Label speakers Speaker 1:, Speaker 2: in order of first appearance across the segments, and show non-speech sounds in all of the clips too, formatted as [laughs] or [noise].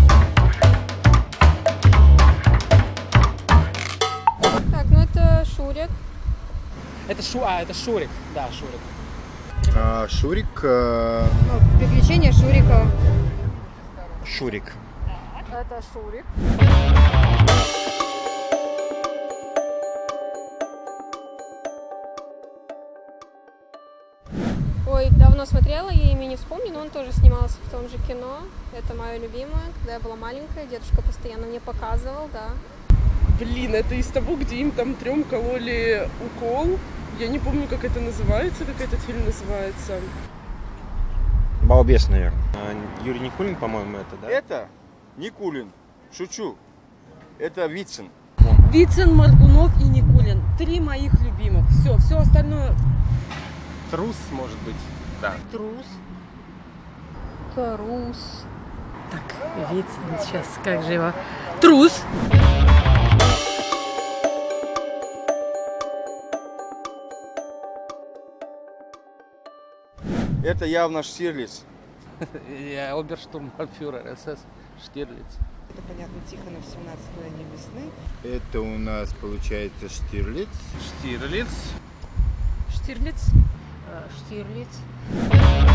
Speaker 1: ну
Speaker 2: Шу... А, это Шурик. Да, Шурик.
Speaker 3: А, Шурик. э,
Speaker 1: Ну, приключения Шурика.
Speaker 3: Шурик.
Speaker 1: Это Шурик. Ой, давно смотрела, я имя не вспомню, но он тоже снимался в том же кино. Это мое любимое, когда я была маленькая, дедушка постоянно мне показывал, да.
Speaker 4: Блин, это из того, где им там трем кололи укол. Я не помню, как это называется, как этот фильм называется.
Speaker 5: Балбес, наверное. Юрий Никулин, по-моему, это, да?
Speaker 6: Это Никулин. Шучу. Это Вицин.
Speaker 7: Вицин, Моргунов и Никулин. Три моих любимых. Все, все остальное
Speaker 3: Трус, может быть.
Speaker 8: Трус.
Speaker 1: Трус.
Speaker 8: Так, ведь сейчас как же его? Трус.
Speaker 6: Это явно Штирлиц.
Speaker 9: Я [laughs] оберштурмфюрер СС Штирлиц.
Speaker 10: Это, понятно, Тихонов, 17 мгновений весны.
Speaker 3: Это у нас получается Штирлиц.
Speaker 9: Штирлиц.
Speaker 8: Штирлиц. Э, Штирлиц.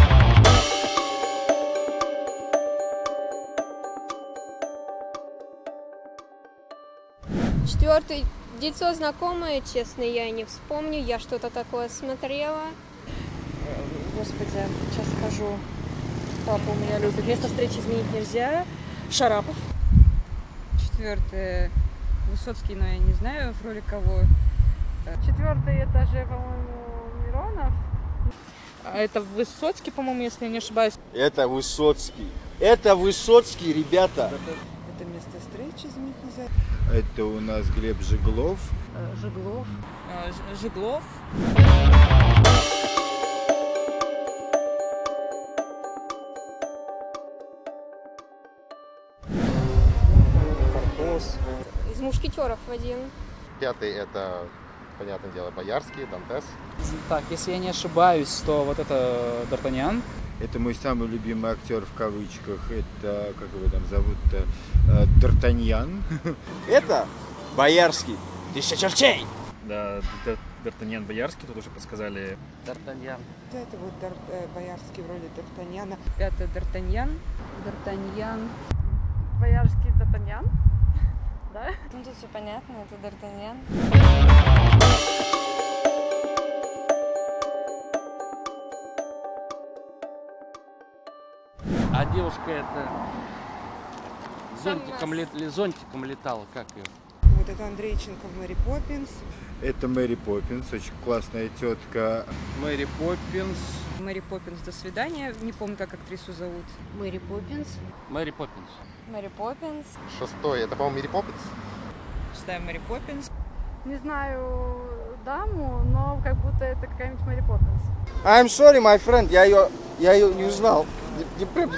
Speaker 1: Четвертый. Лицо знакомое, честно, я и не вспомню, я что-то такое смотрела.
Speaker 7: Господи, сейчас скажу. Папа у меня любит. Место встречи изменить нельзя. Шарапов. Четвертое. Высоцкий, но я не знаю, в роли кого. Четвертое этаже, по-моему, Миронов. А Это Высоцкий, по-моему, если я не ошибаюсь.
Speaker 6: Это Высоцкий. Это Высоцкий, ребята.
Speaker 10: Это место встречи изменить нельзя.
Speaker 3: Это у нас Глеб Жиглов.
Speaker 8: Жиглов.
Speaker 7: А, Жиглов.
Speaker 1: Из мушкетеров один.
Speaker 11: Пятый это, понятное дело, Боярский, Дантес.
Speaker 2: Так, если я не ошибаюсь, то вот это Д'Артаньян.
Speaker 3: Это мой самый любимый актер в кавычках. Это, как его там зовут-то, Э, Д'Артаньян. [laughs]
Speaker 6: Это Боярский. Тысяча чертей.
Speaker 5: Да, Д- Д'Артаньян Боярский, тут уже подсказали.
Speaker 9: Д'Артаньян.
Speaker 10: Да, Это вот Дар- э, Боярский в роли Д'Артаньяна.
Speaker 7: Пятое Д'Артаньян.
Speaker 1: Д'Артаньян.
Speaker 7: Боярский Д'Артаньян.
Speaker 1: Ну тут все понятно, это Д'Артаньян.
Speaker 9: А девушка это
Speaker 1: Самая
Speaker 9: зонтиком, лет... зонтиком летала, как ее?
Speaker 10: Вот это Андрейченко в Мэри Поппинс.
Speaker 3: Это Мэри Поппинс, очень классная тетка.
Speaker 9: Мэри Поппинс.
Speaker 7: Мэри Поппинс, до свидания. Не помню, как актрису зовут.
Speaker 8: Мэри Поппинс.
Speaker 9: Мэри Поппинс.
Speaker 1: Мэри Поппинс.
Speaker 11: Шестой это, по-моему, Мэри Поппинс.
Speaker 7: Читаю Мэри Поппинс.
Speaker 1: Не знаю даму, но как будто это какая-нибудь Мэри Поппинс.
Speaker 6: I'm sorry, my friend. Я ее, я ее не узнал. Не, не прям-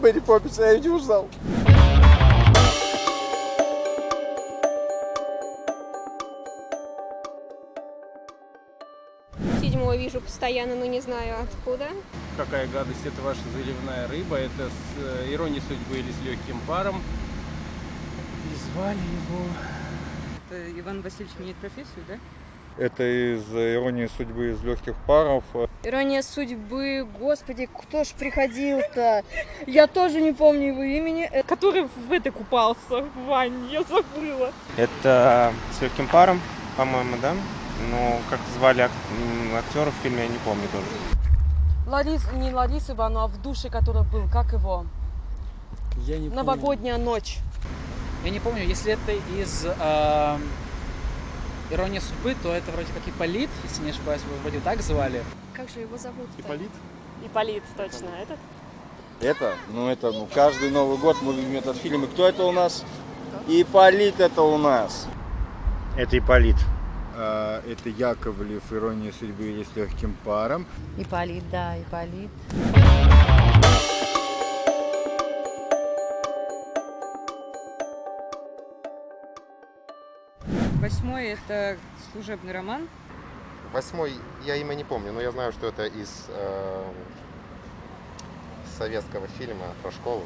Speaker 6: Мэри Поппинс, я ее не узнал.
Speaker 1: Седьмого вижу постоянно, но не знаю откуда.
Speaker 9: Какая гадость, это ваша заливная рыба, это с э, иронией судьбы или с легким паром. И звали его...
Speaker 7: Это Иван Васильевич меняет профессию, да?
Speaker 5: Это из «Иронии судьбы», из «Легких паров».
Speaker 7: Ирония судьбы, господи, кто ж приходил-то? Я тоже не помню его имени. Э, Который в этой купался, в ванне, я забыла.
Speaker 5: Это с «Легким паром», по-моему, да? Но как звали ак- м, актеров в фильме, я не помню тоже.
Speaker 7: Ларис, не Лариса Ивановна, а в душе, который был, как его?
Speaker 2: Я не
Speaker 7: Новогодняя ночь.
Speaker 2: помню. Я не помню, если это из эм, Ирония судьбы, то это вроде как Ипполит, если не ошибаюсь, его вроде так звали.
Speaker 1: Как же его зовут?
Speaker 11: Ипполит.
Speaker 7: Полит, точно, это?
Speaker 6: Это, ну это, ну каждый Новый год мы любим этот фильм. И кто это у нас? Ипполит это у нас.
Speaker 5: Это Ипполит.
Speaker 3: А, Это Яковлев, Ирония судьбы или с легким паром.
Speaker 8: Иполит, да, Иполит.
Speaker 7: Восьмой – это служебный роман.
Speaker 11: Восьмой я имя не помню, но я знаю, что это из э, советского фильма про школу.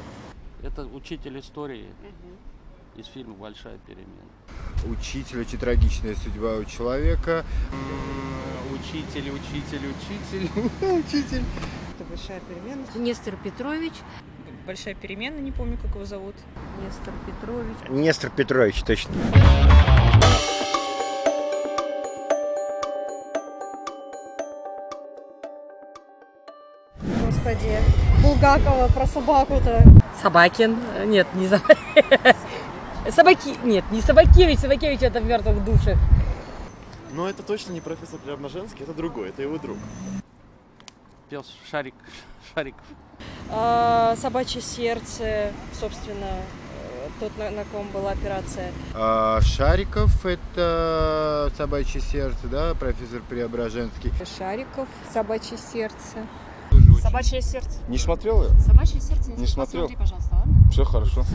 Speaker 9: Это учитель истории из фильма «Большая перемена».
Speaker 3: Учитель, очень трагичная судьба у человека.
Speaker 5: М,
Speaker 9: учитель, учитель, учитель,
Speaker 3: [laughs]
Speaker 9: учитель.
Speaker 12: Это большая перемена.
Speaker 7: Нестор Петрович.
Speaker 13: Большая перемена, не помню, как его зовут.
Speaker 7: Нестор Петрович.
Speaker 14: Нестор Петрович, точно.
Speaker 15: Господи, Булгакова про собаку-то.
Speaker 7: Собакин. Э, Нет, не Собакин. [laughs] Собаки... Нет, не Собакевич. Собакевич это в мертвых душах.
Speaker 16: Но это точно не профессор Преображенский, это другой, это его друг.
Speaker 9: Пес Шарик, [laughs] Шариков.
Speaker 17: А, собачье сердце, собственно, э, тот, на, на ком была операция.
Speaker 3: А, Шариков это собачье сердце, да, профессор Преображенский.
Speaker 18: Шариков, собачье сердце.
Speaker 19: Собачье сердце.
Speaker 20: Не смотрел я?
Speaker 19: Собачье сердце
Speaker 20: Не смотрел.
Speaker 19: Посмотри, пожалуйста, ладно?
Speaker 20: Все хорошо.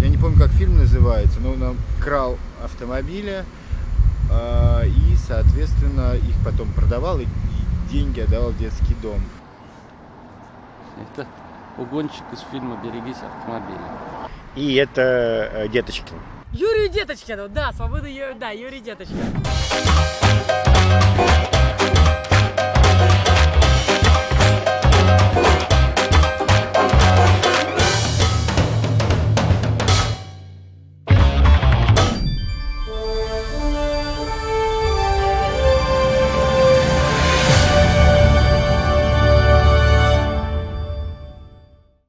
Speaker 3: Я не помню, как фильм называется, но он нам крал автомобили э, и, соответственно, их потом продавал и, и деньги отдавал в детский дом.
Speaker 9: Это угонщик из фильма «Берегись автомобиля».
Speaker 14: И это э, Деточкин.
Speaker 7: Юрию Деточкину, да, свобода, Ю- да, Юрий Деточкин.